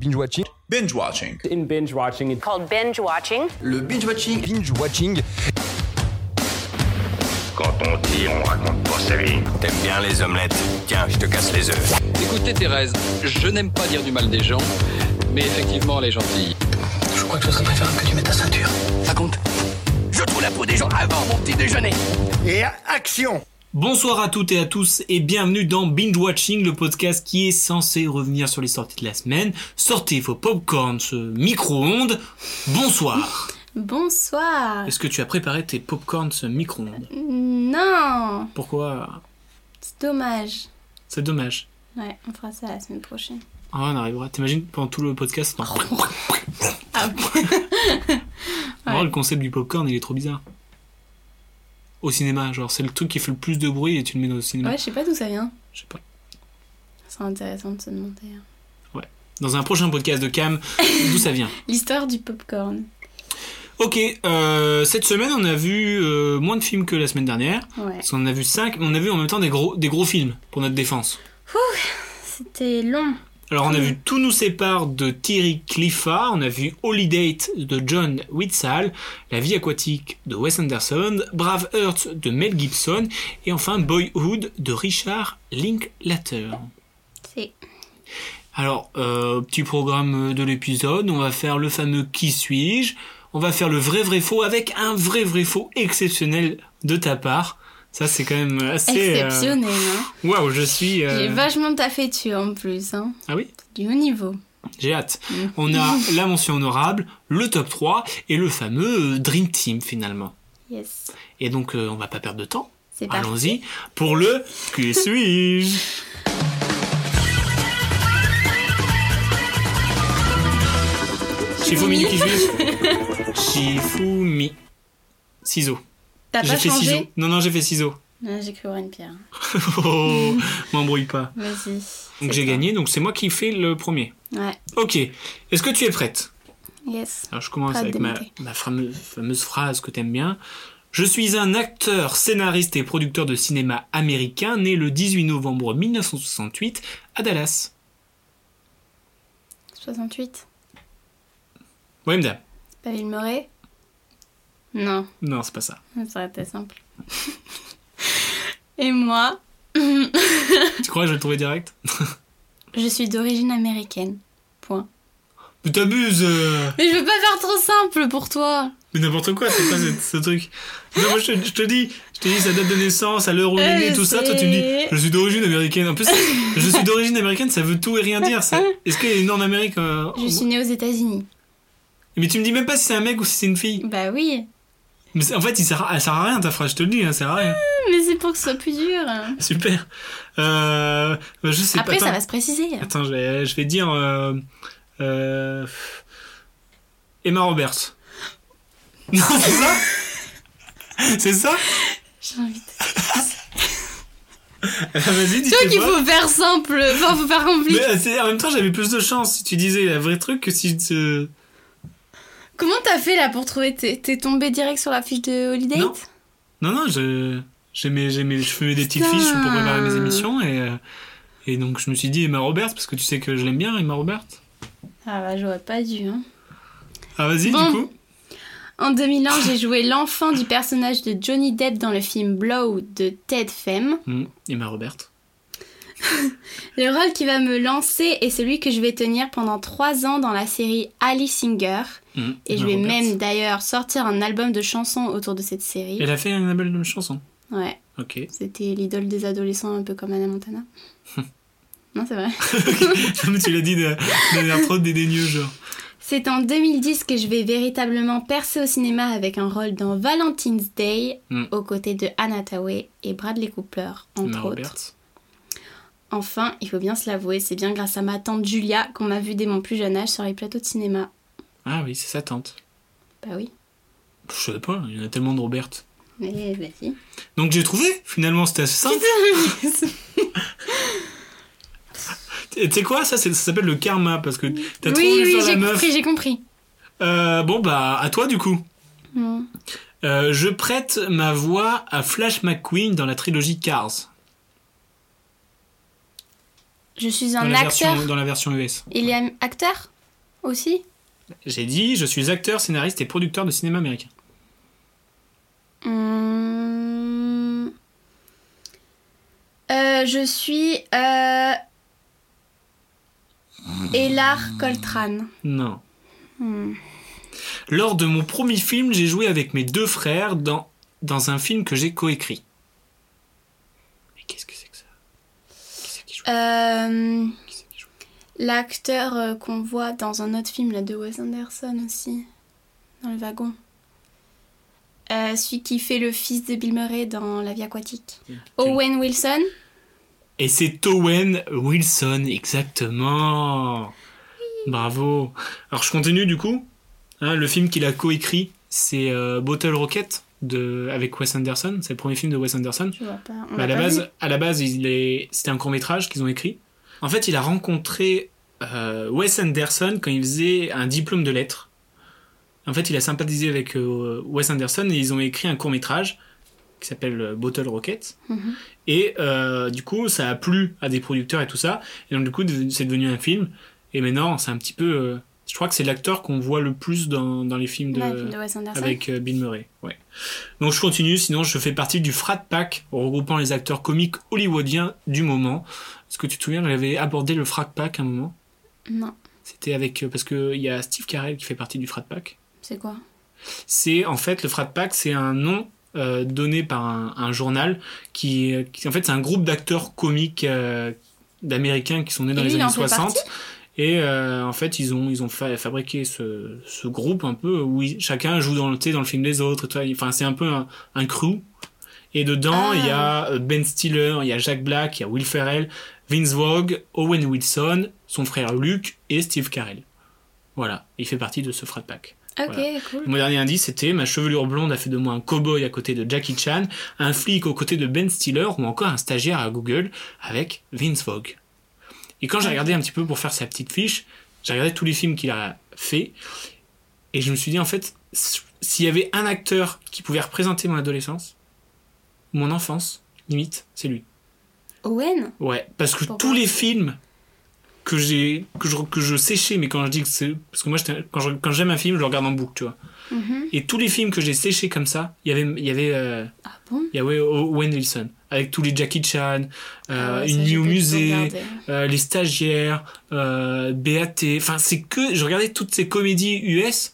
Binge watching. Binge watching. in binge watching. called binge watching. Le binge watching. Binge watching. Quand on dit, on raconte pas sa vie. T'aimes bien les omelettes Tiens, je te casse les œufs. Écoutez Thérèse, je n'aime pas dire du mal des gens, mais effectivement elle est gentille. Je crois que ce serait préférable que tu mettes ta ceinture. Raconte. Je trouve la peau des gens avant mon petit déjeuner. Et action Bonsoir à toutes et à tous et bienvenue dans Binge Watching, le podcast qui est censé revenir sur les sorties de la semaine. Sortez vos popcorns, ce micro-ondes. Bonsoir. Bonsoir. Est-ce que tu as préparé tes popcorns, ce micro-ondes Non, Pourquoi c'est dommage. C'est dommage. Ouais, on fera ça la semaine prochaine. Ah, on arrivera. T'imagines pendant tout le podcast non. Ah, Vraiment, le concept du popcorn, il est trop bizarre. Au cinéma, genre c'est le truc qui fait le plus de bruit et tu le mets dans le cinéma. ouais, je sais pas d'où ça vient. Je sais pas. C'est intéressant de se demander. hein. Dans un prochain podcast de Cam, d'où ça vient L'histoire du popcorn. Ok, euh, cette semaine on a vu euh, moins de films que la semaine dernière. Ouais. Parce qu'on en a vu 5, mais on a vu en même temps des gros, des gros films pour notre défense. C'était long. Alors on a Mm. vu Tout nous sépare de Thierry Clifford, on a vu Holiday de John Whitsall, La vie aquatique de Wes Anderson, Brave Earth de Mel Gibson et enfin Boyhood de Richard Linklater. C'est. Alors, euh, petit programme de l'épisode, on va faire le fameux qui suis-je, on va faire le vrai vrai faux avec un vrai vrai faux exceptionnel de ta part. Ça c'est quand même assez... euh, Exceptionnel, hein. Waouh, je suis... euh, J'ai vachement taffé dessus en plus, hein. Ah oui C'est Du haut niveau. J'ai hâte. On a la mention honorable, le top 3 et le fameux euh, Dream Team finalement. Yes. Et donc euh, on va pas perdre de temps. C'est parti. Allons-y pour le qui suis-je Shifumi qui suis-je Shifumi. Ciseaux. T'as J'ai pas fait ciseaux. changé Non, non, j'ai fait ciseaux. Non, J'ai cru voir une pierre. Oh, m'embrouille pas. Vas-y. Donc C'est j'ai toi. gagné, donc c'est moi qui fais le premier. Ouais. Ok, est-ce que tu es prête Yes. Alors je commence Pas de avec ma, démonter. ma fameuse, fameuse phrase que t'aimes bien. Je suis un acteur, scénariste et producteur de cinéma américain né le 18 novembre 1968 à Dallas. 68. Ouais, madame. C'est pas Bill Murray Non, Non, c'est pas ça. ça aurait été simple. Et moi, Tu crois que je vais le trouver direct je suis d'origine américaine. Point. Mais t'abuses euh, Mais je veux pas faire trop simple pour toi. Mais n'importe quoi, c'est quoi ce, ce truc Non, moi je, te- je te dis, je te dis sa date de naissance, à l'heure où il est Euh, né, tout ça, toi tu me dis, c'est- je suis d'origine américaine. En plus, je suis d'origine américaine, ça veut tout et rien dire. ça. Est-ce qu'il est né en Amérique euh, Je suis née aux États-Unis. Mais tu me dis même pas si c'est un mec ou si c'est une fille. Bah oui. Mais c'est- en fait, il sert, à- elle sert à rien ta phrase, je te le dis, hein, ça sert à rien. Mais c'est pour que ce soit plus dur. Super. Euh, bah, je sais Après, pas. ça Attends, va se préciser. Attends, je vais, je vais dire. euh, euh, pff, Emma Roberts. Non, c'est ça C'est ça J'ai envie de... Ah, Vas-y, dis Tu vois qu'il pas. faut faire simple. Enfin, faut faire compliqué. Mais euh, c'est- en même temps, j'avais plus de chance si tu disais un vrai truc que si tu. Comment t'as fait là pour trouver T'es t'es tombé direct sur la fiche de Holiday Non. Non, non, je. J'aimais, j'aimais, je faisais des petites Putain. fiches pour préparer mes émissions et, euh, et donc je me suis dit Emma Roberts parce que tu sais que je l'aime bien, Emma Roberts. Ah bah, j'aurais pas dû. Hein. Ah, vas-y, Bon. du coup. En 2001, j'ai joué l'enfant du personnage de Johnny Depp dans le film Blow de Ted Femme. Hmm, Emma Roberts. Le rôle qui va me lancer est celui que je vais tenir pendant 3 ans dans la série Ali Singer. Hmm, Et je Emma vais Roberts. même d'ailleurs sortir un album de chansons autour de cette série. Elle a fait une belle chanson. Ouais, Ok. c'était l'idole des adolescents, un peu comme Anna Montana. Hum. non, c'est vrai. Comme tu l'as dit de de manière trop dédaigneuse, genre. C'est en 2010 que je vais véritablement percer au cinéma avec un rôle dans Valentine's Day, Mm. aux côtés de Anna Tawai et Bradley Cooper, entre Emma autres. Roberts. Enfin, il faut bien se l'avouer, c'est bien grâce à ma tante Julia qu'on m'a vu dès mon plus jeune âge sur les plateaux de cinéma. Ah oui, c'est sa tante. Bah oui, Je sais pas, il y en a tellement de Robert. mais la fille. Donc j'ai trouvé, finalement, c'était assez simple. Et Tu sais quoi, ça, c'est- ça s'appelle le karma, parce que t'as oui, trouvé oui, sur la j'ai meuf. compris, j'ai compris. Euh, bon, bah, à toi, du coup. Mm. Euh, je prête ma voix à Flash McQueen dans la trilogie Cars. Je suis Dans un la acteur. version- dans la version US. Il est acteur aussi J'ai dit, je suis acteur, scénariste et producteur de cinéma américain. Hum. Euh, je suis euh... Elar Coltrane. Hmm. Non. Lors de mon premier film, j'ai joué avec mes deux frères dans, dans un film que j'ai coécrit. Mais qu'est-ce que c'est que ça Qui c'est qui joue Euh, Qui c'est qui joue L'acteur euh, qu'on voit dans un autre film là, de Wes Anderson aussi, dans le wagon. Euh, celui qui fait le fils de Bill Murray dans La vie aquatique. Owen Wilson. Et c'est Owen Wilson, exactement. Bravo. Alors je continue du coup. Hein, le film qu'il a coécrit, c'est euh, Bottle Rocket de, avec Wes Anderson. C'est le premier film de Wes Anderson. Je vois pas. Mais on Bah, à, l'a la pas vu. base, à la base, il est... c'était un court métrage qu'ils ont écrit. En fait, il a rencontré euh, Wes Anderson quand il faisait un diplôme de lettres. En fait, il a sympathisé avec euh, Wes Anderson et ils ont écrit un court métrage qui s'appelle euh, Bottle Rocket. Mhm. Et euh, du coup, ça a plu à des producteurs et tout ça. Et donc, du coup, dev- c'est devenu un film. Et maintenant, c'est un petit peu. euh, je crois que c'est l'acteur qu'on voit le plus dans, dans les films de, Ouais, le film de Wes Anderson. avec euh, Bill Murray. Ouais. Donc je continue, sinon je fais partie du Frat Pack, regroupant les acteurs comiques hollywoodiens du moment. Est-ce que tu te souviens, on avait abordé le Frat Pack à un moment Non, C'était avec. euh, Parce qu'il y a Steve Carell qui fait partie du Frat Pack. c'est quoi C'est en fait le Frat Pack, c'est un nom. euh, donné par un, un journal qui, euh, qui- en fait c'est un groupe d'acteurs comiques euh, d'américains qui sont nés dans Et lui, les il en années fait 60 partie et euh, en fait ils ont ils ont fa- fabriqué ce, ce groupe un peu où ils- chacun joue dans le tu sais, dans le film des autres et tout. enfin c'est un peu un, un crew et dedans Ah. il y a euh, Ben Stiller il y a Jack Black il y a Will Ferrell Vince Vogue Owen Wilson son frère Luke et Steve Carell voilà il fait partie de ce frat pack Ok, cool. mon dernier indice c'était ma chevelure blonde a fait de moi un cow-boy à côté de Jackie Chan, un flic aux côtés de Ben Stiller ou encore un stagiaire à Google avec Vince Vogue. Et quand j'ai regardé un petit peu pour faire sa petite fiche, j'ai regardé tous les films qu'il a fait et je me suis dit en fait s'il y avait un acteur qui pouvait représenter mon adolescence, mon enfance, limite, c'est lui. Owen Ouais, parce que Pourquoi tous les films que j'ai que je, que je séchais, mais quand je dis que c'est parce que moi j'étais- quand je- quand j'aime un film, je le regarde en boucle, tu vois. Mhm. Et tous les films que j'ai séchés comme ça, il y avait il y avait euh, Ah bon il y avait euh, Owen Wilson avec tous les Jackie Chan, euh, Ah ouais, ça, une j'ai nuit au pas du tout musée, regardé. euh, les stagiaires, euh, BAT, enfin c'est que je regardais toutes ces comédies US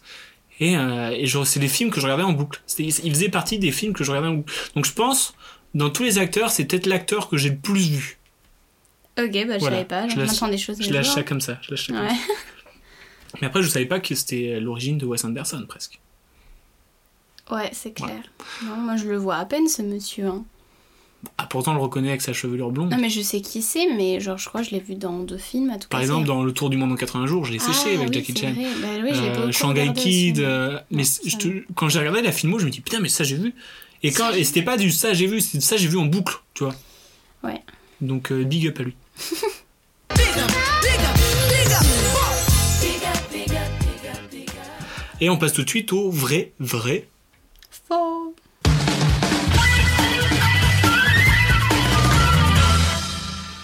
et, euh, et genre, c'est des films que je regardais en boucle. C'était- Ils faisaient partie des films que je regardais en boucle. Donc je pense dans tous les acteurs, c'est peut-être l'acteur que j'ai le plus vu. Ok, bah je Voilà. savais pas, Je lâche- j'apprends des choses. Je les lâche jours. ça comme ça. Je lâche ça comme Ouais. ça. Mais après, je savais pas que c'était l'origine de Wes Anderson, presque. Ouais, c'est clair. Non, moi je le vois à peine ce monsieur. hein. Ah, pourtant, on le reconnaît avec sa chevelure blonde. Non mais je sais qui c'est, mais genre je crois que je l'ai vu dans deux films à tout Par cas, exemple, c'est- dans Le Tour du Monde en 80 jours, je l'ai séché Ah avec oui, Jackie c'est Chan. vrai. Bah oui, je l'ai Euh, pas encore Shanghai regardé Kid. aussi. euh, mais Non, c- je ça te- quand j'ai regardé la filmo, je me dis putain, mais ça j'ai vu. Et Ça, quand j'ai et c'était pas du ça j'ai vu, c'était du ça j'ai vu en boucle, tu vois. Ouais. Donc euh, big up à lui. Et on passe tout de suite au vrai, vrai Faux.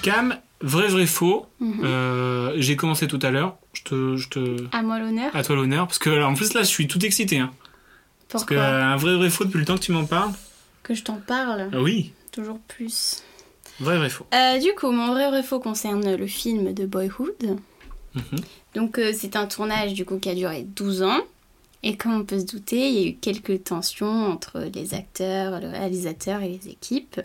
Cam, vrai, vrai, faux. Mhm. Euh, J'ai commencé tout à l'heure. Je te, je te. À moi l'honneur. À toi l'honneur. Parce que en plus là, je suis tout excité. Hein, parce que Pourquoi euh, un vrai, vrai, faux depuis le temps que tu m'en parles. que je t'en parle Ah oui, toujours plus. vrai, vrai, faux. Euh, du coup, mon vrai vrai faux concerne le film de Boyhood. Mhm. Donc euh, c'est un tournage du coup qui a duré 12 ans. Et comme on peut se douter, il y a eu quelques tensions entre les acteurs, le réalisateur et les équipes.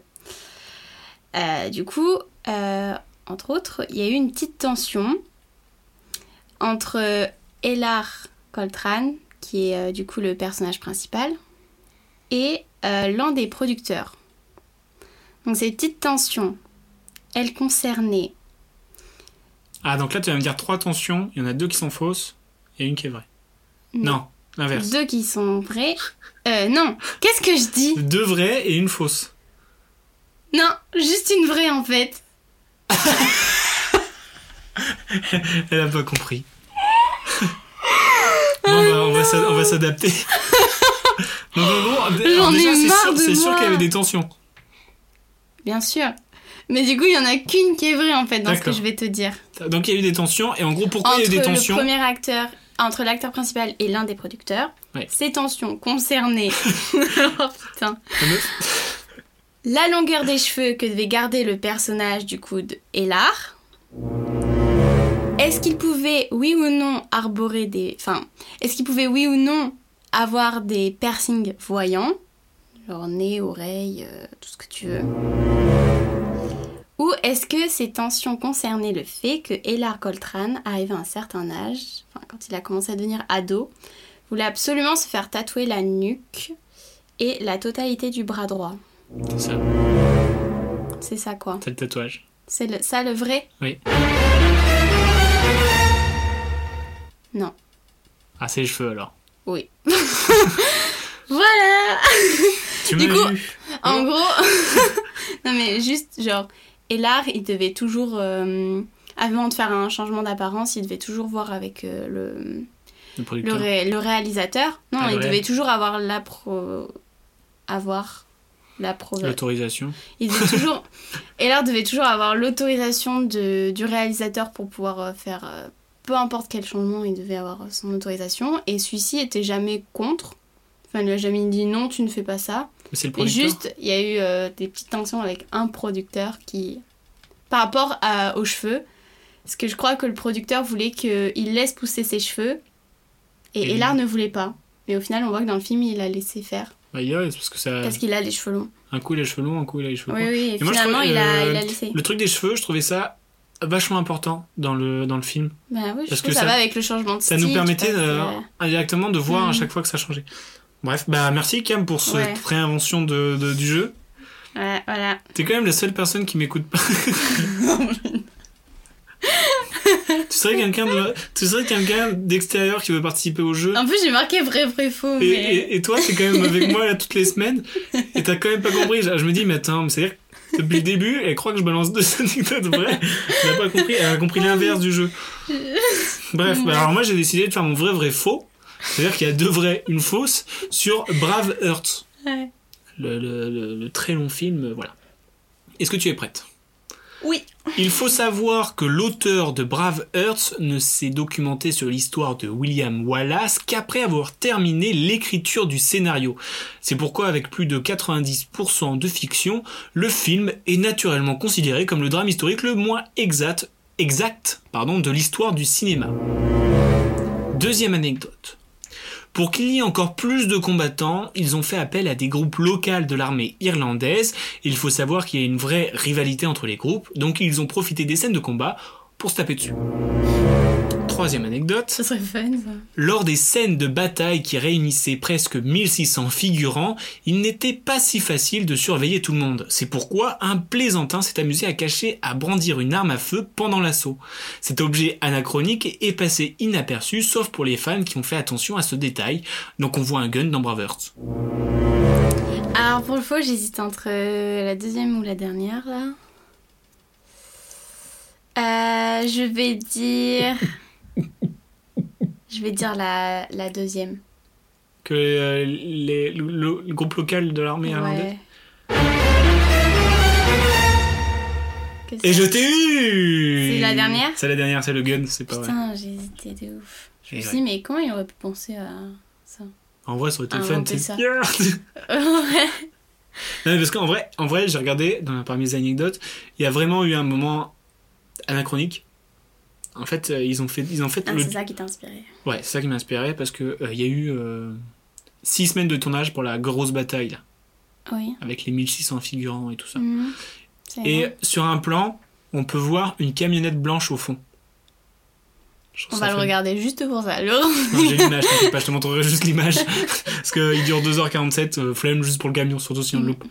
Euh, du coup, euh, entre autres, il y a eu une petite tension entre Ellar Coltrane, qui est euh, du coup le personnage principal, et euh, l'un des producteurs. Donc cette petite tension, elle concernait Ah donc là, tu vas me dire trois tensions. Il y en a deux qui sont fausses et une qui est vraie. Non. Non, l'inverse. deux qui sont vrais. Euh, non, qu'est-ce que je dis Deux vraies et une fausse. Non, juste une vraie en fait. Elle a pas compris. bon bah on va s'a- on va s'adapter. Donc en gros, J'en ai déjà, c'est marre sûr- de c'est sûr moi. qu'il y avait des tensions. Bien sûr. Mais du coup, il y en a qu'une qui est vraie en fait dans ce que D'accord. je vais te dire. Donc il y a eu des tensions, et en gros, pourquoi il y a eu des entre tensions le premier acteur, entre l'acteur principal et l'un des producteurs, Ouais. ces tensions concernaient Oh, putain. La meuf la longueur des cheveux que devait garder le personnage du coup de Hellar. Est-ce qu'il pouvait, oui ou non, arborer des. Enfin, est-ce qu'il pouvait, oui ou non, avoir des piercings voyants Genre nez, oreille, euh, tout ce que tu veux. Ou est-ce que ces tensions concernaient le fait que Hellar Coltrane, arrivé à un certain âge, enfin, quand il a commencé à devenir ado, voulait absolument se faire tatouer la nuque et la totalité du bras droit C'est ça, C'est ça quoi t'as le tatouage. C'est le- ça le vrai Ah, c'est les cheveux alors. Oui. voilà Tu Du m'as coup- eu. En gros, non mais juste genre, et l'art, il devait toujours, euh, avant de faire un changement d'apparence, il devait toujours voir avec euh, le, Le le, producteur. ré- le réalisateur. Non, Ah, le il réel. devait toujours avoir la pro... avoir l'approbation. L'autorisation. Il devait toujours... et l'art devait toujours avoir l'autorisation de- du réalisateur pour pouvoir euh, faire... euh, peu importe quel changement, il devait avoir euh, son autorisation. Et celui-ci était jamais contre. Enfin, il lui a jamais dit non, tu ne fais pas ça. Mais c'est le Et producteur. juste, il y a eu euh, des petites tensions avec un producteur qui, par rapport à- aux cheveux, parce que je crois que le producteur voulait qu'il laisse pousser ses cheveux, Et et lui- Ellar ne voulait pas. Mais au final, on voit que dans le film, il a laissé faire, Bah, yeah, c'est parce que ça. parce qu'il a les cheveux longs. Un coup il a les cheveux longs, un coup il a les cheveux Oui, courts. oui, et Et moi, je finalement, trouvais, il, a, euh, il a laissé. Le truc des cheveux, je trouvais ça vachement important dans le, dans le film. Bah oui, parce je trouve que que ça, ça- va avec le changement de Ça style. nous tu permettait passes, euh, euh, indirectement de voir à Mhm. chaque fois que ça changeait. Bref, bah merci Cam pour cette Ouais. préinvention de, de- du jeu. euh, ouais, voilà. T'es quand même la seule personne qui m'écoute pas. tu serais quelqu'un de- tu serais quelqu'un d'extérieur qui veut participer au jeu. En plus, j'ai marqué vrai, vrai, Et, faux. mais... et- et toi, t'es quand même avec moi là toutes les semaines et t'as quand même pas compris. Je, je me dis, mais attends, mais c'est-à-dire que depuis le début, elle croit que je balance deux anecdotes vraies. Elle a pas compris, elle a compris l'inverse du jeu. Bref, bah, alors moi j'ai décidé de faire mon vrai, vrai faux. C'est-à-dire qu'il y a deux vrais, une fausse sur Brave Heart. Ouais. Le, le- le- le très long film, euh, voilà. Est-ce que tu es prête Oui. Il faut savoir que l'auteur de Brave Hearts ne s'est documenté sur l'histoire de William Wallace qu'après avoir terminé l'écriture du scénario. C'est pourquoi, avec plus de 90% de fiction, le film est naturellement considéré comme le drame historique le moins exact, exact pardon, de l'histoire du cinéma. Deuxième anecdote. Pour qu'il y ait encore plus de combattants, ils ont fait appel à des groupes locaux de l'armée irlandaise. Il faut savoir qu'il y a une vraie rivalité entre les groupes, donc ils ont profité des scènes de combat pour se taper dessus. Troisième anecdote. Ce serait fun, ça. Lors des scènes de bataille qui réunissaient presque 1600 figurants, il n'était pas si facile de surveiller tout le monde. C'est pourquoi un plaisantin s'est amusé à cacher, à brandir une arme à feu pendant l'assaut. Cet objet anachronique est passé inaperçu, sauf pour les fans qui ont fait attention à ce détail. Donc on voit un gun dans Braveheart. Alors, pour le faux, j'hésite entre euh, la deuxième ou la dernière, là. Euh, je vais dire... Je vais dire la, la deuxième. Que euh, les- le, le- le groupe local de l'armée irlandaise. Ouais. Que Et ça- je t'ai eu C'est la dernière C'est la dernière, c'est le gun, c'est pas vrai. Putain, j'ai hésité de ouf. Je me Et suis ouais. dit, mais comment il aurait pu penser à ça En vrai, ça aurait été le fun. Inventer tu ça. sais. Yeah Non, mais parce qu'en vrai, en vrai, j'ai regardé dans, parmi les anecdotes, il y a vraiment eu un moment anachronique. En fait, euh, ils ont fait, ils ont fait Ah, le- c'est ça qui t'a inspiré. Ouais, c'est ça qui m'inspirait parce que euh, il y a eu euh, six semaines de tournage pour la grosse bataille là, Oui. avec les 1600 figurants et tout ça. Mhm. C'est Ah. Et vrai. sur un plan, on peut voir une camionnette blanche au fond. Je On trouve va ça Ah. le fun. regarder juste pour ça. Le- Non, j'ai l'image, t'inquiète pas, je te montrerai juste l'image. Parce qu'il dure 2h47, euh, flemme juste pour le camion, surtout si on le loupe.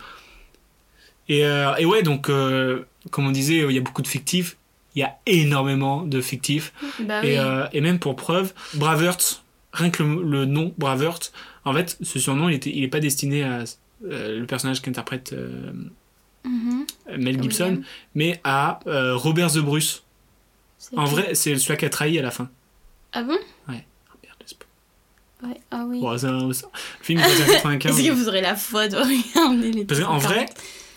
Et, euh, et ouais, donc, euh, comme on disait, euh, il y a beaucoup de fictifs. Il y a énormément de fictifs. Bah oui. Et, euh, et même pour preuve, Braveheart, rien que le, le nom Braveheart, en fait, ce surnom, il, était, il est pas destiné à euh, le personnage qu'interprète euh, Mhm. Mel Gibson, William. mais à euh, Robert The Bruce. C'est En qui vrai, c'est celui qui a trahi à la fin. Ah bon Ah, merde, c'est pas- Ouais, ah oui. Bon, c'est un- c'est un- le film est passé en Est-ce 95. que vous aurez la foi de regarder les Parce qu'en vrai,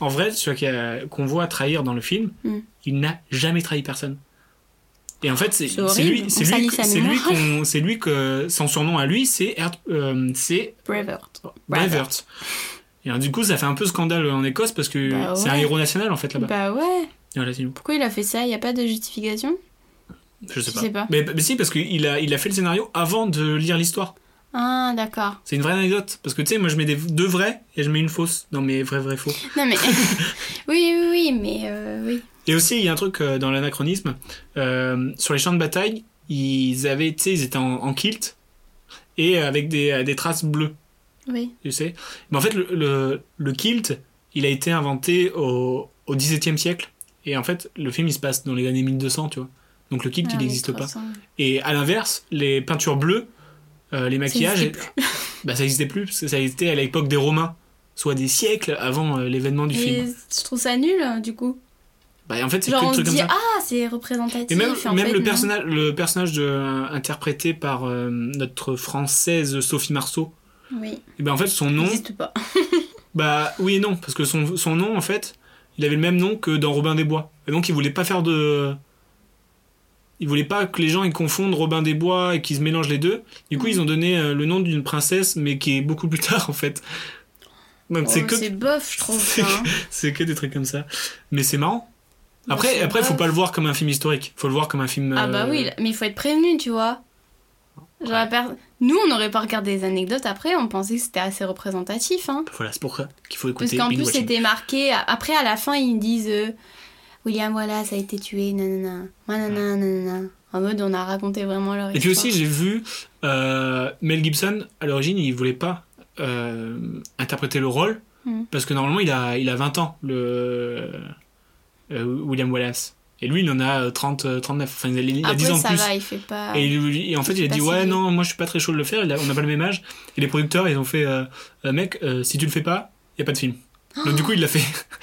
En vrai, celui qui a- qu'on voit trahir dans le film, Mm. il n'a jamais trahi personne. Et en fait, c'est C'est c'est horrible, lui, c'est on lui, salit que- sa c'est lui mémoire. qu'on, c'est lui que son surnom à lui, c'est Erd- euh, c'est Braveheart. Braveheart. Et alors, du coup, ça fait un peu scandale en Écosse parce que Bah c'est ouais. un héros national en fait là-bas. Bah ouais. Voilà, c'est nous. Pourquoi il a fait ça Il n'y a pas de justification Je sais Je pas. sais pas. Mais, mais si, parce qu'il a, il a fait le scénario avant de lire l'histoire. Ah, d'accord. C'est une vraie anecdote. Parce que tu sais, moi je mets des, deux vrais et je mets une fausse dans mes vrais, vrais, faux. Non, mais. oui, oui, oui, mais euh, oui. Et aussi, il y a un truc euh, dans l'anachronisme. euh, sur les champs de bataille, ils avaient, tu sais, ils étaient en, en kilt et avec des, euh, des traces bleues, Oui. tu sais. Mais en fait, le, le, le kilt, il a été inventé au, au XVIIe siècle. Et en fait, le film, il se passe dans les années 1200, tu vois. Donc le kilt, Ah, il mais n'existe pas. 300. Et à l'inverse, les peintures bleues, euh, les maquillages, n'existait bah, ça n'existait plus, parce que ça existait à l'époque des Romains, soit des siècles avant euh, l'événement du Et film. je trouve ça nul, hein, du coup. Bah, en fait, c'est Genre, que on des se trucs comme dit, ça. ah, c'est représentatif. Et même, en même fait, le, non. personnage, le personnage de, interprété par euh, notre française Sophie Marceau, Oui, et ben en fait son il nom, n'existe pas. bah oui et non, parce que son, son nom en fait, il avait le même nom que dans Robin des Bois. Et donc il voulait pas faire de. Il voulait pas que les gens ils confondent Robin des Bois et qu'ils se mélangent les deux. Du Mm. coup ils ont donné euh, le nom d'une princesse, mais qui est beaucoup plus tard en fait. Donc Oh, c'est que C'est bof, je trouve. c'est ça, hein. c'est que des trucs comme ça. Mais c'est marrant. Bah, Après, c'est après, faut grave. pas le voir comme un film historique. Faut le voir comme un film. Ah, bah euh, oui, mais il faut être prévenu, tu vois. Genre, la per- Nous, on n'aurait pas regardé les anecdotes après, on pensait que c'était assez représentatif. Hein. Voilà, c'est pour ça qu'il faut Parce écouter. qu'en Binge plus, Watching. c'était marqué. Après, à la fin, ils disent euh, William Wallace a été tué, nanana, nanana, nanana. En mode, on a raconté vraiment leur Et puis histoire. aussi, j'ai vu euh, Mel Gibson, à l'origine, il voulait pas euh, interpréter le rôle, Mm. parce que normalement, il a, il a 20 ans, le, euh, William Wallace. Et lui, il en a euh, 30, euh, 39, enfin, il a, il a Après, 10 ans de Ah, ça plus. va, il fait pas. Et, il lui- et en fait, il a Pas dit si Ouais, vieux. non, moi je suis pas très chaud de le faire, il a- on n'a pas le même âge. Et les producteurs, ils ont fait euh, Euh, Mec, euh, si tu le fais pas, il y a pas de film. Donc, du coup, il l'a fait.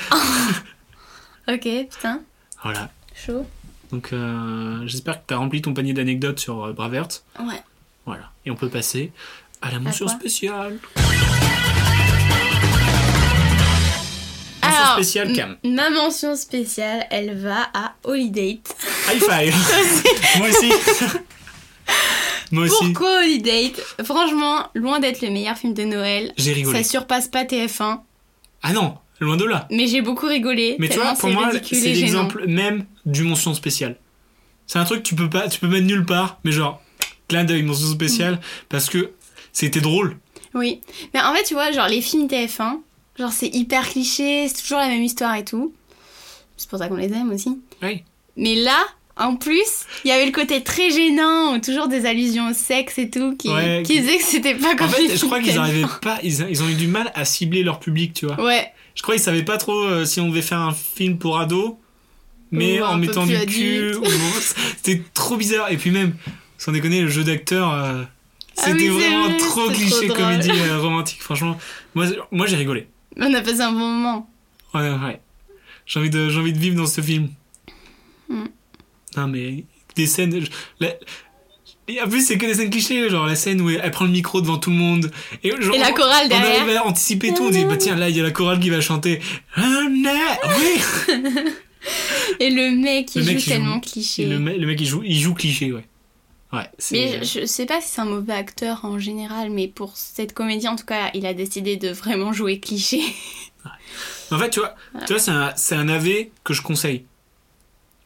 Ok, putain, voilà. chaud. Donc, euh, j'espère que tu as rempli ton panier d'anecdotes sur euh, Braveheart. Ouais. Voilà. Et on peut passer à la mention quoi spéciale. Mention Alors, spéciale, Cam. m- ma mention spéciale, elle va à Holidate. High five. Moi aussi. Moi aussi. Pourquoi Holidate Franchement, loin d'être le meilleur film de Noël, J'ai rigolé. ça surpasse pas TF1, Ah non, loin de là. mais j'ai beaucoup rigolé. Mais tu vois, tellement pour c'est moi, ridicule c'est et gênant. l'exemple même du mention spéciale. C'est un truc que tu peux pas, tu peux mettre nulle part, mais genre clin d'œil mention Mm. spéciale parce que c'était drôle. Oui, mais en fait, tu vois, genre les films TF1, genre c'est hyper cliché, c'est toujours la même histoire et tout. C'est pour ça qu'on les aime aussi. Oui. Mais là, en plus, il y avait le côté très gênant, ou toujours des allusions au sexe et tout, qui, Ouais. qui disaient que c'était pas comme En fait, les je crois films qu'ils TF1. arrivaient pas, ils, ils ont eu du mal à cibler leur public, tu vois. Ouais, Je crois qu'ils savaient pas trop euh, si on devait faire un film pour ados, mais Ou en un peu mettant du plus cul. adulte. ou- C'était trop bizarre. Et puis même, sans déconner, le jeu d'acteur, euh, Ah oui, c'était c'est vraiment vrai, trop c'était cliché trop drôle. comédie euh, romantique. Franchement, moi, moi j'ai rigolé. on a passé un bon moment. Ouais, ouais. J'ai envie de, j'ai envie de vivre dans ce film. Mm. Non mais des scènes. je- la- Et en plus, c'est que des scènes clichés, genre la scène où elle prend le micro devant tout le monde. Et, genre, Et la on- chorale On derrière. arrive à anticiper tout, on dit, bah tiens, là, il y a la chorale qui va chanter. Ah, non, oui Et le mec, il Le mec, joue il joue- tellement Et cliché. le, me- le mec, il joue, il joue cliché, ouais. Ouais, c'est. Mais je, je sais pas si c'est un mauvais acteur en général, mais pour cette comédie, en tout cas, il a décidé de vraiment jouer cliché. En fait, tu vois, tu vois c'est un, c'est un AV que je conseille.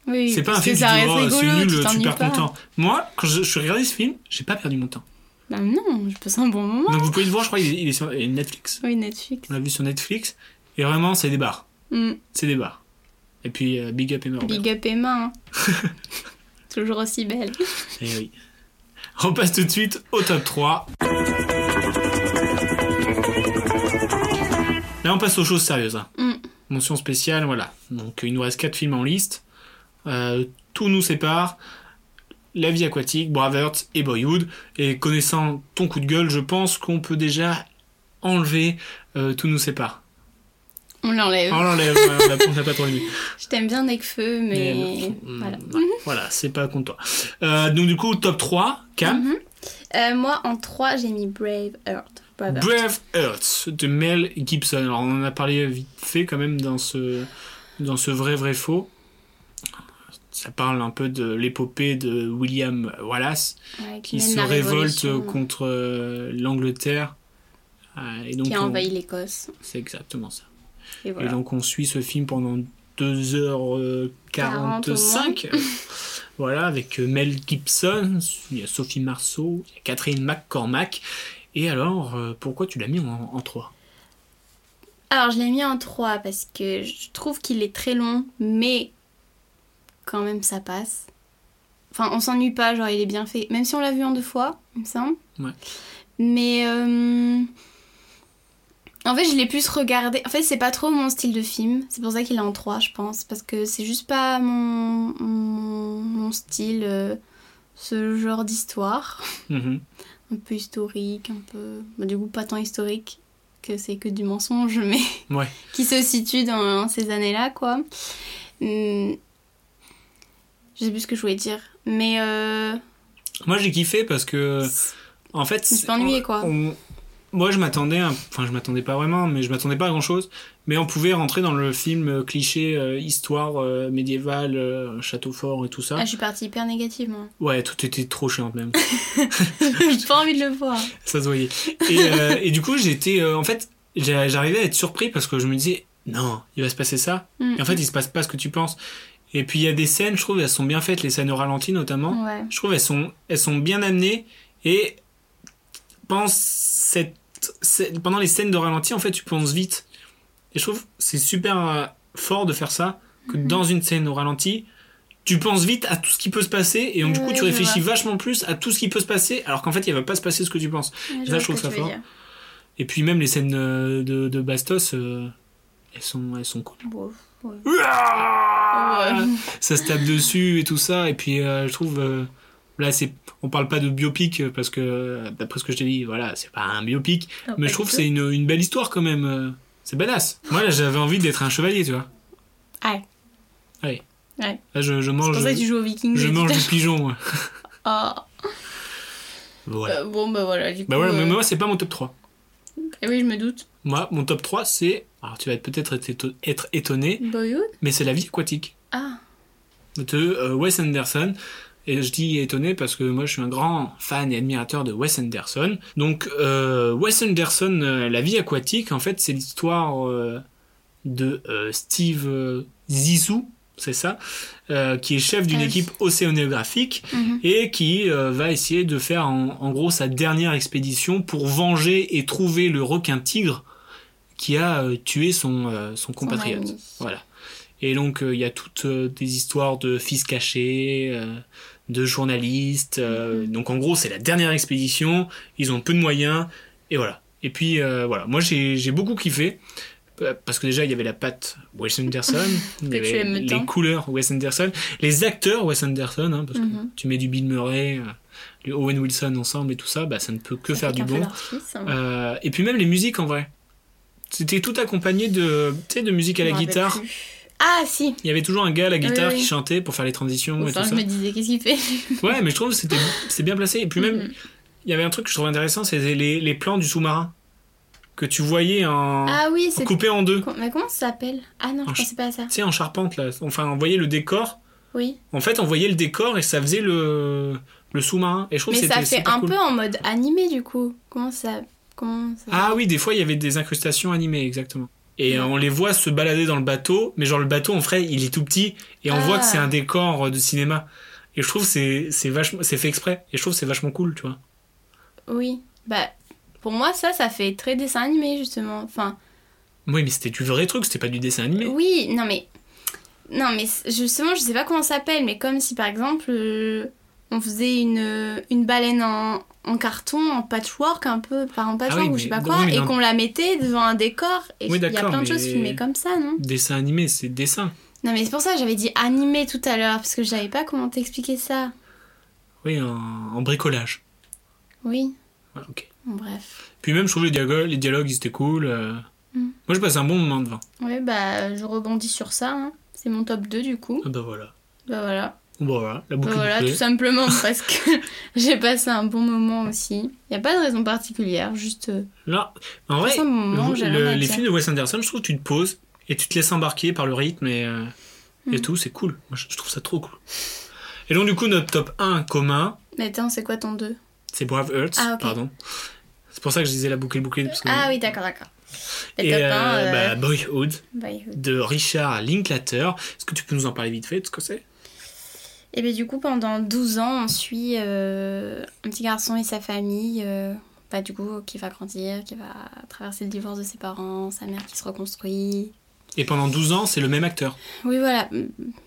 Oui, C'est pas un parce que film qui ça dit, reste oh, c'est rigolo, nul, tu tu t'ennuies perds ton pas. temps. Moi, quand je, je regardais ce film, j'ai pas perdu mon temps. Bah non, je passe un bon moment. Donc vous pouvez le voir, je crois, il est, il est sur il est Netflix. Oui, Netflix. On l'a vu sur Netflix. Et vraiment, c'est des bars. Mm. C'est des bars. Et puis, euh, Big Up et Murder. Big up Emma. hein. Toujours aussi belle. Eh oui. On passe tout de suite au top 3. Là, on passe aux choses sérieuses. hein. Mm. Mention spéciale, voilà. Donc, il nous reste 4 films en liste. Euh, tout nous sépare. La vie aquatique, Braveheart et Boyhood. Et connaissant ton coup de gueule, je pense qu'on peut déjà enlever euh, Tout nous sépare. On l'enlève. On l'enlève, ouais, on l'a- on n'a pas trop aimé. Je t'aime bien Necfeu, mais. Mm, Voilà. Mhm. ouais, voilà, c'est pas contre toi. Euh, donc, du coup, top 3, Cam. Mhm. Euh, moi, en 3, j'ai mis Brave Earth. Brave Heart. Brave Hearts de Mel Gibson. Alors on en a parlé vite fait quand même dans ce, dans ce vrai vrai faux. Ça parle un peu de l'épopée de William Wallace Ouais, qui mène se la révolte révolution, contre euh, l'Angleterre. Euh, et donc Qui a on- envahi l'Écosse. C'est exactement ça. Et Et voilà. donc on suit ce film pendant 2h45. voilà, avec euh, Mel Gibson, il y a Sophie Marceau, il y a Catherine McCormack. Et alors, euh, pourquoi tu l'as mis en, en 3 Alors, je l'ai mis en 3 parce que je trouve qu'il est très long, mais quand même, ça passe. Enfin, on s'ennuie pas, genre, il est bien fait. Même si on l'a vu en deux fois, il me semble. Ouais. Mais. euh, En fait, je l'ai plus regardé. En fait, c'est pas trop mon style de film. C'est pour ça qu'il est en 3, je pense. Parce que c'est juste pas mon, mon... mon style, euh, ce genre d'histoire Mhm. un peu historique, un peu. bah, du coup, pas tant historique que c'est que du mensonge, mais Ouais. qui se situe dans ces années-là, quoi. Hum, Je sais plus ce que je voulais dire, mais euh, Moi j'ai kiffé parce que, en fait. Je me suis pas ennuyée, quoi. on- moi je m'attendais, à- enfin je m'attendais pas vraiment, mais je m'attendais pas à grand chose. Mais on pouvait rentrer dans le film euh, cliché euh, histoire euh, médiévale, euh, château fort et tout ça. ah, je suis partie hyper négativement. Ouais, tout était trop chiant même. J'ai pas envie de le voir. Ça se voyait. Et, euh, et du coup, j'étais. euh, en fait, j'a- j'arrivais à être surpris parce que je me disais, non, il va se passer ça. Hmm. Et en fait, il se passe pas ce que tu penses. Et puis, il y a des scènes, je trouve, elles sont bien faites, les scènes au ralenti notamment. ouais. Je trouve, elles sont, elles sont bien amenées. Et pense cette, cette- pendant les scènes de ralenti, en fait, tu penses vite. Et je trouve, c'est super euh, fort de faire ça, que Mm-hmm. dans une scène au ralenti, tu penses vite à tout ce qui peut se passer. Et donc, du coup, Ouais, tu je réfléchis vachement plus à tout ce qui peut se passer, alors qu'en fait, il va pas se passer ce que tu penses. Ouais, Ça, vois je trouve ce ça que tu veux fort. dire. Et puis même les scènes euh, de, de Bastos, euh, elles sont elles sont cool. Bon, ouais. Ouah Ouais. Ça se tape dessus et tout ça. Et puis euh, je trouve euh, là c'est on parle pas de biopic euh, parce que euh, d'après ce que je t'ai dit voilà c'est pas un biopic, Non, mais pas je trouve du que tout. c'est une, une belle histoire quand même. euh, C'est badass. Moi là j'avais envie d'être un chevalier tu vois. Ouais. Allez. Ouais. Là je, je C'est mange pour ça que tu joues au Viking. je mais mange tout du pigeon. moi. à- Ah, Voilà. euh, bon, bah voilà, du coup. bah voilà mais euh, moi c'est pas mon top 3. eh oui, je me doute. Moi mon top 3 c'est alors tu vas peut-être être éto- être étonné Boyhood mais c'est la vie aquatique. Ah, de euh, Wes Anderson. Et je dis étonné parce que moi je suis un grand fan et admirateur de Wes Anderson. Donc euh, Wes Anderson, euh, la vie aquatique, en fait c'est l'histoire euh, de euh, Steve euh, Zissou, c'est ça, euh, qui est chef d'une Ah oui. équipe océanographique Mhm. et qui euh, va essayer de faire en, en gros sa dernière expédition pour venger et trouver le requin tigre qui a euh, tué son, euh, son compatriote. ami. voilà. Et donc euh, il y a toutes euh, des histoires de fils cachés, euh, de journalistes. euh, Mhm. Donc en gros c'est la dernière expédition, ils ont peu de moyens et voilà. Et puis euh, voilà, moi j'ai j'ai beaucoup kiffé. euh, Parce que déjà, il y avait la patte Wes Anderson, il y Que tu avait aimes les tant. couleurs Wes Anderson, les acteurs Wes Anderson, hein, parce Mhm. que tu mets du Bill Murray, euh, du Owen Wilson ensemble et tout ça, bah, ça ne peut que Ça faire fait du qu'un peu bon. leur fils, hein. Euh, et puis même les musiques en vrai. C'était tout accompagné de, tu sais, de musique à Je la m'en rappelle guitare. plus. Ah si Il y avait toujours un gars à la guitare Oui, oui. qui chantait pour faire les transitions et Enfin, tout je ça. me disais, qu'est-ce qu'il fait Ouais, mais je trouve que c'était c'est bien placé. Et puis Mhm. même, il y avait un truc que je trouvais intéressant, c'était les, les plans du sous-marin que tu voyais en Ah oui, c'est... coupé en deux. Com- Mais comment ça s'appelle Ah non, je Un ch- pensais pas à ça. Tu sais, en charpente là. Enfin, on voyait le décor. Oui. En fait, on voyait le décor et ça faisait le le sous-marin. Et je trouve Mais que ça c'était fait super un cool. peu en mode animé, du coup. Comment ça... Comment ça... Ah oui, des fois il y avait des incrustations animées, exactement. Et euh, on les voit se balader dans le bateau, mais genre le bateau en vrai il est tout petit et on Ah. voit que c'est un décor euh, de cinéma. Et je trouve que c'est c'est vachement c'est fait exprès et je trouve que c'est vachement cool, tu vois. Oui. Bah, pour moi, ça, ça fait très dessin animé, justement. Enfin, Oui, mais c'était du vrai truc, c'était pas du dessin animé. oui, non mais... Non mais, c'est- justement, je sais pas comment ça s'appelle, mais comme si, par exemple, euh, on faisait une, euh, une baleine en... en carton, en patchwork un peu, par en patchwork Ah oui, ou je sais mais- pas non, quoi, oui, mais et dans- qu'on la mettait devant un décor, et Oui, il y a d'accord, plein de choses mais- filmées comme ça, non Dessin animé, c'est dessin. Non mais c'est pour ça que j'avais dit animé tout à l'heure parce que je savais pas comment t'expliquer ça. Oui, en, en bricolage. Oui, Ouais, ok. bon, bref. Puis même je trouve les dialogues, les dialogues ils étaient cool. euh. Mm. Moi je passe un bon moment devant. Oui bah je rebondis sur ça. hein. C'est mon top 2 du coup. Ah bah voilà. Bah voilà. Bon, voilà, la boucle est Voilà, tout bouclée. simplement parce que j'ai passé un bon moment aussi. Il n'y a pas de raison particulière, juste euh, Là, en vrai, façon, moi, j'ai le- rien à les dire. films de Wes Anderson, je trouve que tu te poses et tu te laisses embarquer par le rythme et, euh, Hmm. et tout, c'est cool. Moi, je je trouve ça trop cool. Et donc, du coup, notre top 1 commun, Mais attends, c'est quoi ton 2 c'est Brave Hearts, Ah, ok. pardon. C'est pour ça que je disais la boucle est bouclée. Parce que... Ah oui, d'accord, d'accord. Le Et top euh, un, euh, bah, Boyhood bah, écoute. de Richard Linklater. Est-ce que tu peux nous en parler vite fait de ce que c'est Et bien, du coup, pendant 12 ans, on suit euh, un petit garçon et sa famille, euh, bah, du coup, qui va grandir, qui va traverser le divorce de ses parents, sa mère qui se reconstruit. Et pendant 12 ans, c'est le même acteur. Oui, voilà,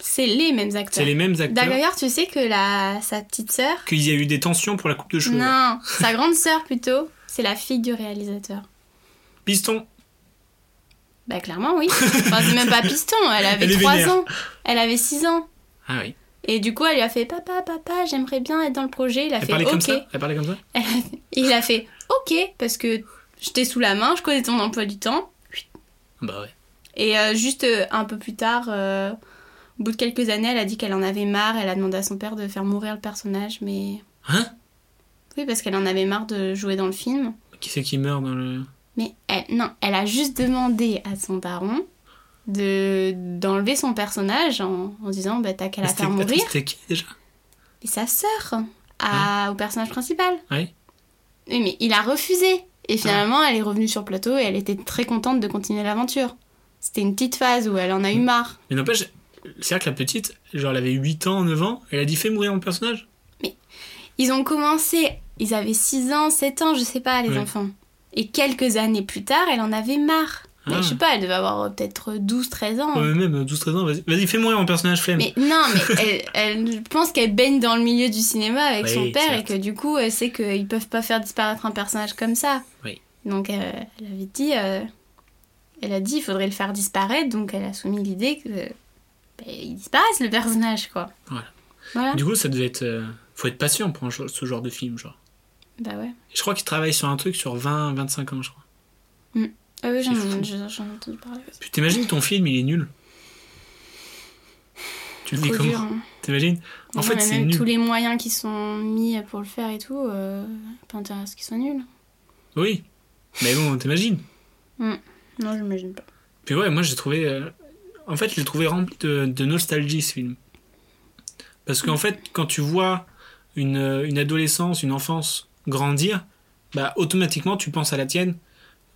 c'est les mêmes C'est acteurs. les mêmes acteurs. D'ailleurs, tu sais que la, sa petite sœur, Qu'il y a eu des tensions pour la coupe de cheveux. non, sa grande sœur plutôt, c'est la fille du réalisateur. Piston, Bah clairement oui. Enfin, c'est même pas piston, elle avait Elle est 3 vénère. ans. Elle avait 6 ans. Ah oui. Et du coup, elle lui a fait papa papa, j'aimerais bien être dans le projet, il a Elle fait parlait OK. comme ça Elle parlait comme ça Et il a fait OK parce que j'étais sous la main, je connais ton emploi du temps Bah ouais. et euh, juste euh, un peu plus tard euh, au bout de quelques années, elle a dit qu'elle en avait marre, elle a demandé à son père de faire mourir le personnage mais Hein oui parce qu'elle en avait marre de jouer dans le film. Qui c'est qui meurt dans le. Mais elle, non, elle a juste demandé à son baron de d'enlever son personnage en, en disant bah t'as qu'à la C'était- faire attends, mourir C'était qui déjà et sa sœur à- Hein au personnage principal. Ouais. Oui, mais il a refusé et Ah. finalement elle est revenue sur le plateau et elle était très contente de continuer l'aventure. C'était une petite phase où elle en Mm. a eu marre. Mais n'empêche, c'est vrai que la petite, genre elle avait 8 ans, 9 ans, elle a dit fais mourir mon personnage. Ils ont commencé, ils avaient 6 ans, 7 ans, je sais pas, les Ouais. enfants. Et quelques années plus tard, elle en avait marre. Mais Ah. je sais pas, elle devait avoir euh, peut-être 12, 13 ans. Ouais, mais même 12-13 ans, vas-y, vas-y, fais mourir mon personnage flemme. Mais non, mais elle, elle- je pense qu'elle baigne dans le milieu du cinéma avec Oui, son père certes. et que du coup, elle sait qu'ils peuvent pas faire disparaître un personnage comme ça. Oui. Donc, euh, elle avait dit, euh, elle a dit, il faudrait le faire disparaître. Donc, elle a soumis l'idée que euh, ben, il disparaisse le personnage, quoi. Voilà. Voilà. Du coup, ça devait être. euh, faut être patient pour un jo- ce genre de film, genre. Bah ouais. Et Je crois qu'il travaille sur un truc sur 20-25 ans, je crois. Ah oui, j'en fou. j'en- j'en ai entendu parler. Puis t'imagines ton film, il est nul. Tu le dis Trop comment dur, hein. T'imagines En Non, fait, mais c'est même nul. tous les moyens qui sont mis pour le faire et tout, euh, pas intérêt à ce qu'ils soient nuls. Oui. Mais bon, t'imagines Non, j'imagine pas. Puis ouais, moi j'ai trouvé. euh, En fait, je l'ai trouvé rempli de, de nostalgie ce film. Parce qu'en fait, quand tu vois une, euh, une adolescence, une enfance grandir, bah automatiquement tu penses à la tienne.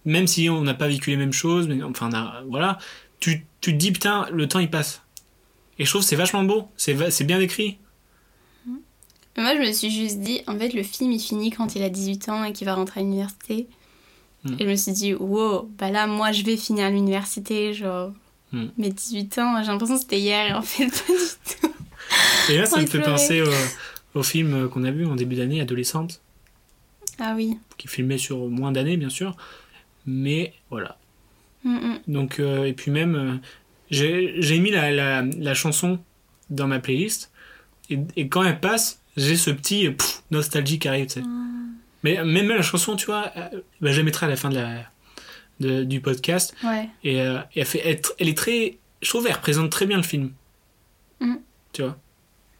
Même si on n'a pas vécu les mêmes choses, mais enfin on a- voilà, tu, tu te dis putain, le temps il passe. Et je trouve que c'est vachement beau, c'est va- c'est bien décrit. Mais Moi, je me suis juste dit, en fait, le film, il finit quand il a 18 ans et qu'il va rentrer à l'université. Mm. Et je me suis dit, wow, bah là, moi, je vais finir à l'université, genre. Mm. Mes 18 ans, j'ai l'impression que c'était hier, et en fait, pas du tout. Et là, ça Oh, me il fait pleurait. penser au, au film euh, qu'on a vu en début d'année, Adolescente, Ah oui. qui filmait sur moins d'années bien sûr. Mais voilà, Mm, mm. Donc, euh, et puis même, euh, j'ai j'ai mis la, la, la chanson dans ma playlist. Et, et quand elle passe, j'ai ce petit euh, pff, nostalgie qui arrive, tu sais. Mm. Mais même la chanson, tu vois, euh, bah, je la mettrai à la fin de la, de- du podcast. Ouais. Et, euh, et elle, fait, elle, tr- elle est très. Je trouve elle représente très bien le film. Mm. Tu vois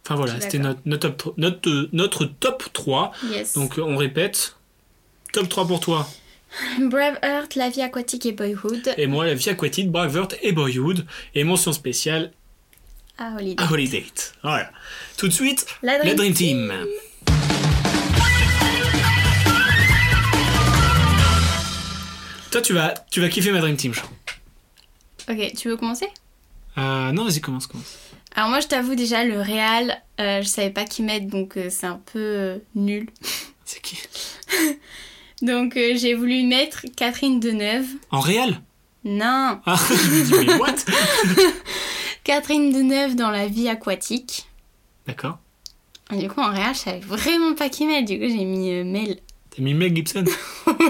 Enfin Je voilà, suis c'était notre, notre, top tro- notre, euh, notre top 3. Yes. Donc euh, on répète. Top 3 pour toi. Brave Heart, La vie aquatique et Boyhood. Et moi, la vie aquatique, Braveheart et Boyhood. Et mention spéciale, Ah, Holiday. A Holy Date. Voilà. Ah Tout de suite, La Dream la Dream Team. Toi, tu vas, tu vas kiffer ma Dream Team, je crois. Ok, tu veux commencer Euh, non, vas-y, commence, commence. Alors, moi, je t'avoue déjà, le Real, euh, je savais pas qui mettre, donc euh, c'est un peu euh, nul. C'est qui Donc, euh, j'ai voulu mettre Catherine Deneuve. En réel Non Ah, je me dis, mais what Catherine Deneuve dans la vie aquatique. D'accord. Et du coup, en réel, je savais vraiment pas qui mettre. Du coup, j'ai mis euh, Mel. T'as mis Mel Gibson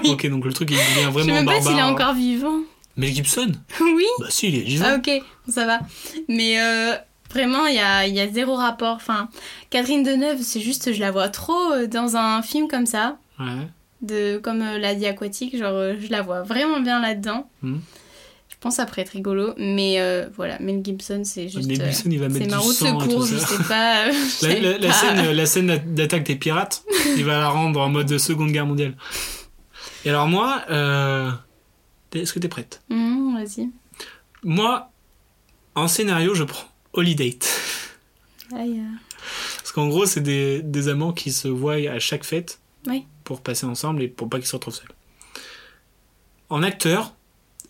Ok, donc le truc, il devient Je sais vraiment même pas barbare. hein. s'il est encore vivant. Mel Gibson oui Bah si, il est vivant. Ah, ok, ça va. Mais euh, vraiment, il y a, il y a zéro rapport. Enfin, Catherine Deneuve, c'est juste, je la vois trop euh, dans un film comme ça, Ouais. de, comme euh, la vie aquatique. Genre, euh, je la vois vraiment bien là-dedans. Mhm. Je pense après être rigolo, mais euh, voilà, Mel Gibson, c'est juste. Mel euh, Gibson, il va c'est mettre ma du route sang et secours, tout je ça. sais pas. euh, je La, sais la- la pas. scène, euh, la scène d'a- d'attaque des pirates, il va la rendre en mode Seconde Guerre mondiale. Et alors moi, euh, t'es- est-ce que t'es prête Hum, vas-y. Moi, en scénario, je prends Holiday. Aïe, euh, Parce qu'en gros, c'est des, des amants qui se voient à chaque fête Oui. pour passer ensemble et pour pas qu'ils se retrouvent seuls. En acteur,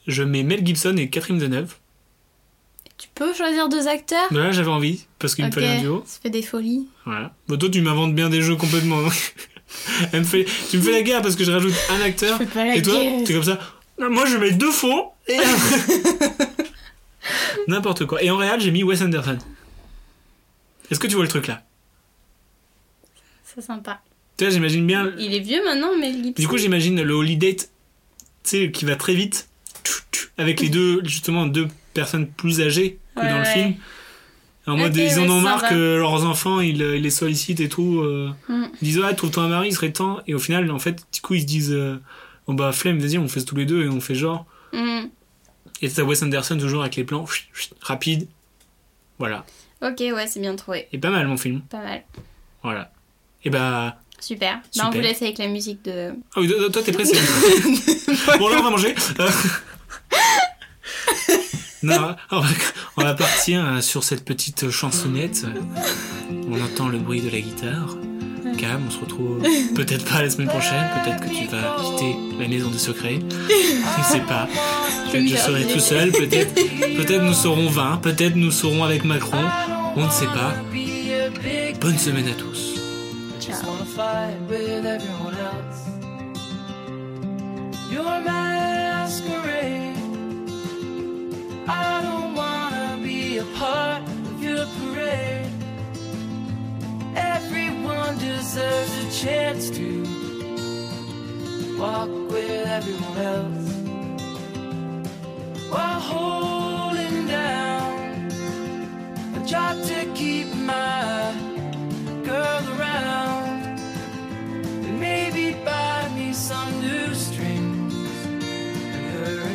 je mets Mel Gibson et Catherine Deneuve. Tu peux choisir deux acteurs Mais là, j'avais envie, parce qu'il me Ok, fallait un duo. ça fait des folies. Voilà. Bon, toi, tu m'inventes bien des jeux complètement. Elle me fait... Tu me fais la guerre parce que je rajoute un acteur. Je fais pas la et toi, guerre. t'es comme ça. Non, Moi, je mets deux faux. Et N'importe quoi. Et en réel, j'ai mis Wes Anderson. Est-ce que tu vois le truc là C'est sympa. Tu vois, j'imagine bien. Il est vieux maintenant, Mel Gibson. Euh, Du coup, j'imagine le holiday, tu sais, qui va très vite. Tchou, tchou, Avec les deux, justement, deux personnes plus âgées que Ouais, dans le ouais. film. En mode, Ok, ils en ouais, ont ça marre va. que leurs enfants, ils, euh, ils les sollicitent et tout. euh, Hmm. Ils disent, ah, trouve-toi un mari, il serait temps. Et au final, en fait, du coup, ils se disent, euh, bon bah, flemme, vas-y, on fait tous les deux et on fait genre. Hum, Et t'as Wes Anderson toujours avec les plans chut, chut, rapides. Voilà. Ok, ouais, c'est bien trouvé. Et pas mal, mon film. Pas mal. Voilà. Et bah. Super. Bah, Super. on vous laisse avec la musique de. Ah oui, toi, toi, t'es pressé. bon, là, on va manger. Euh. non, on va, on va partir euh, sur cette petite chansonnette. On entend le bruit de la guitare. Cam, on se retrouve peut-être pas la semaine prochaine. Peut-être que tu vas quitter la maison des secrets. Je ne sais pas. Peut-être je serai tout seul. Peut-être peut nous serons 20. Peut-être nous serons avec Macron. On ne sait pas. Bonne semaine à tous. I just wanna fight with everyone else. Your masquerade. I don't wanna be a part of your parade. Everyone deserves a chance to walk with everyone else while holding down a job to keep my girl around and maybe buy me some new strings and her a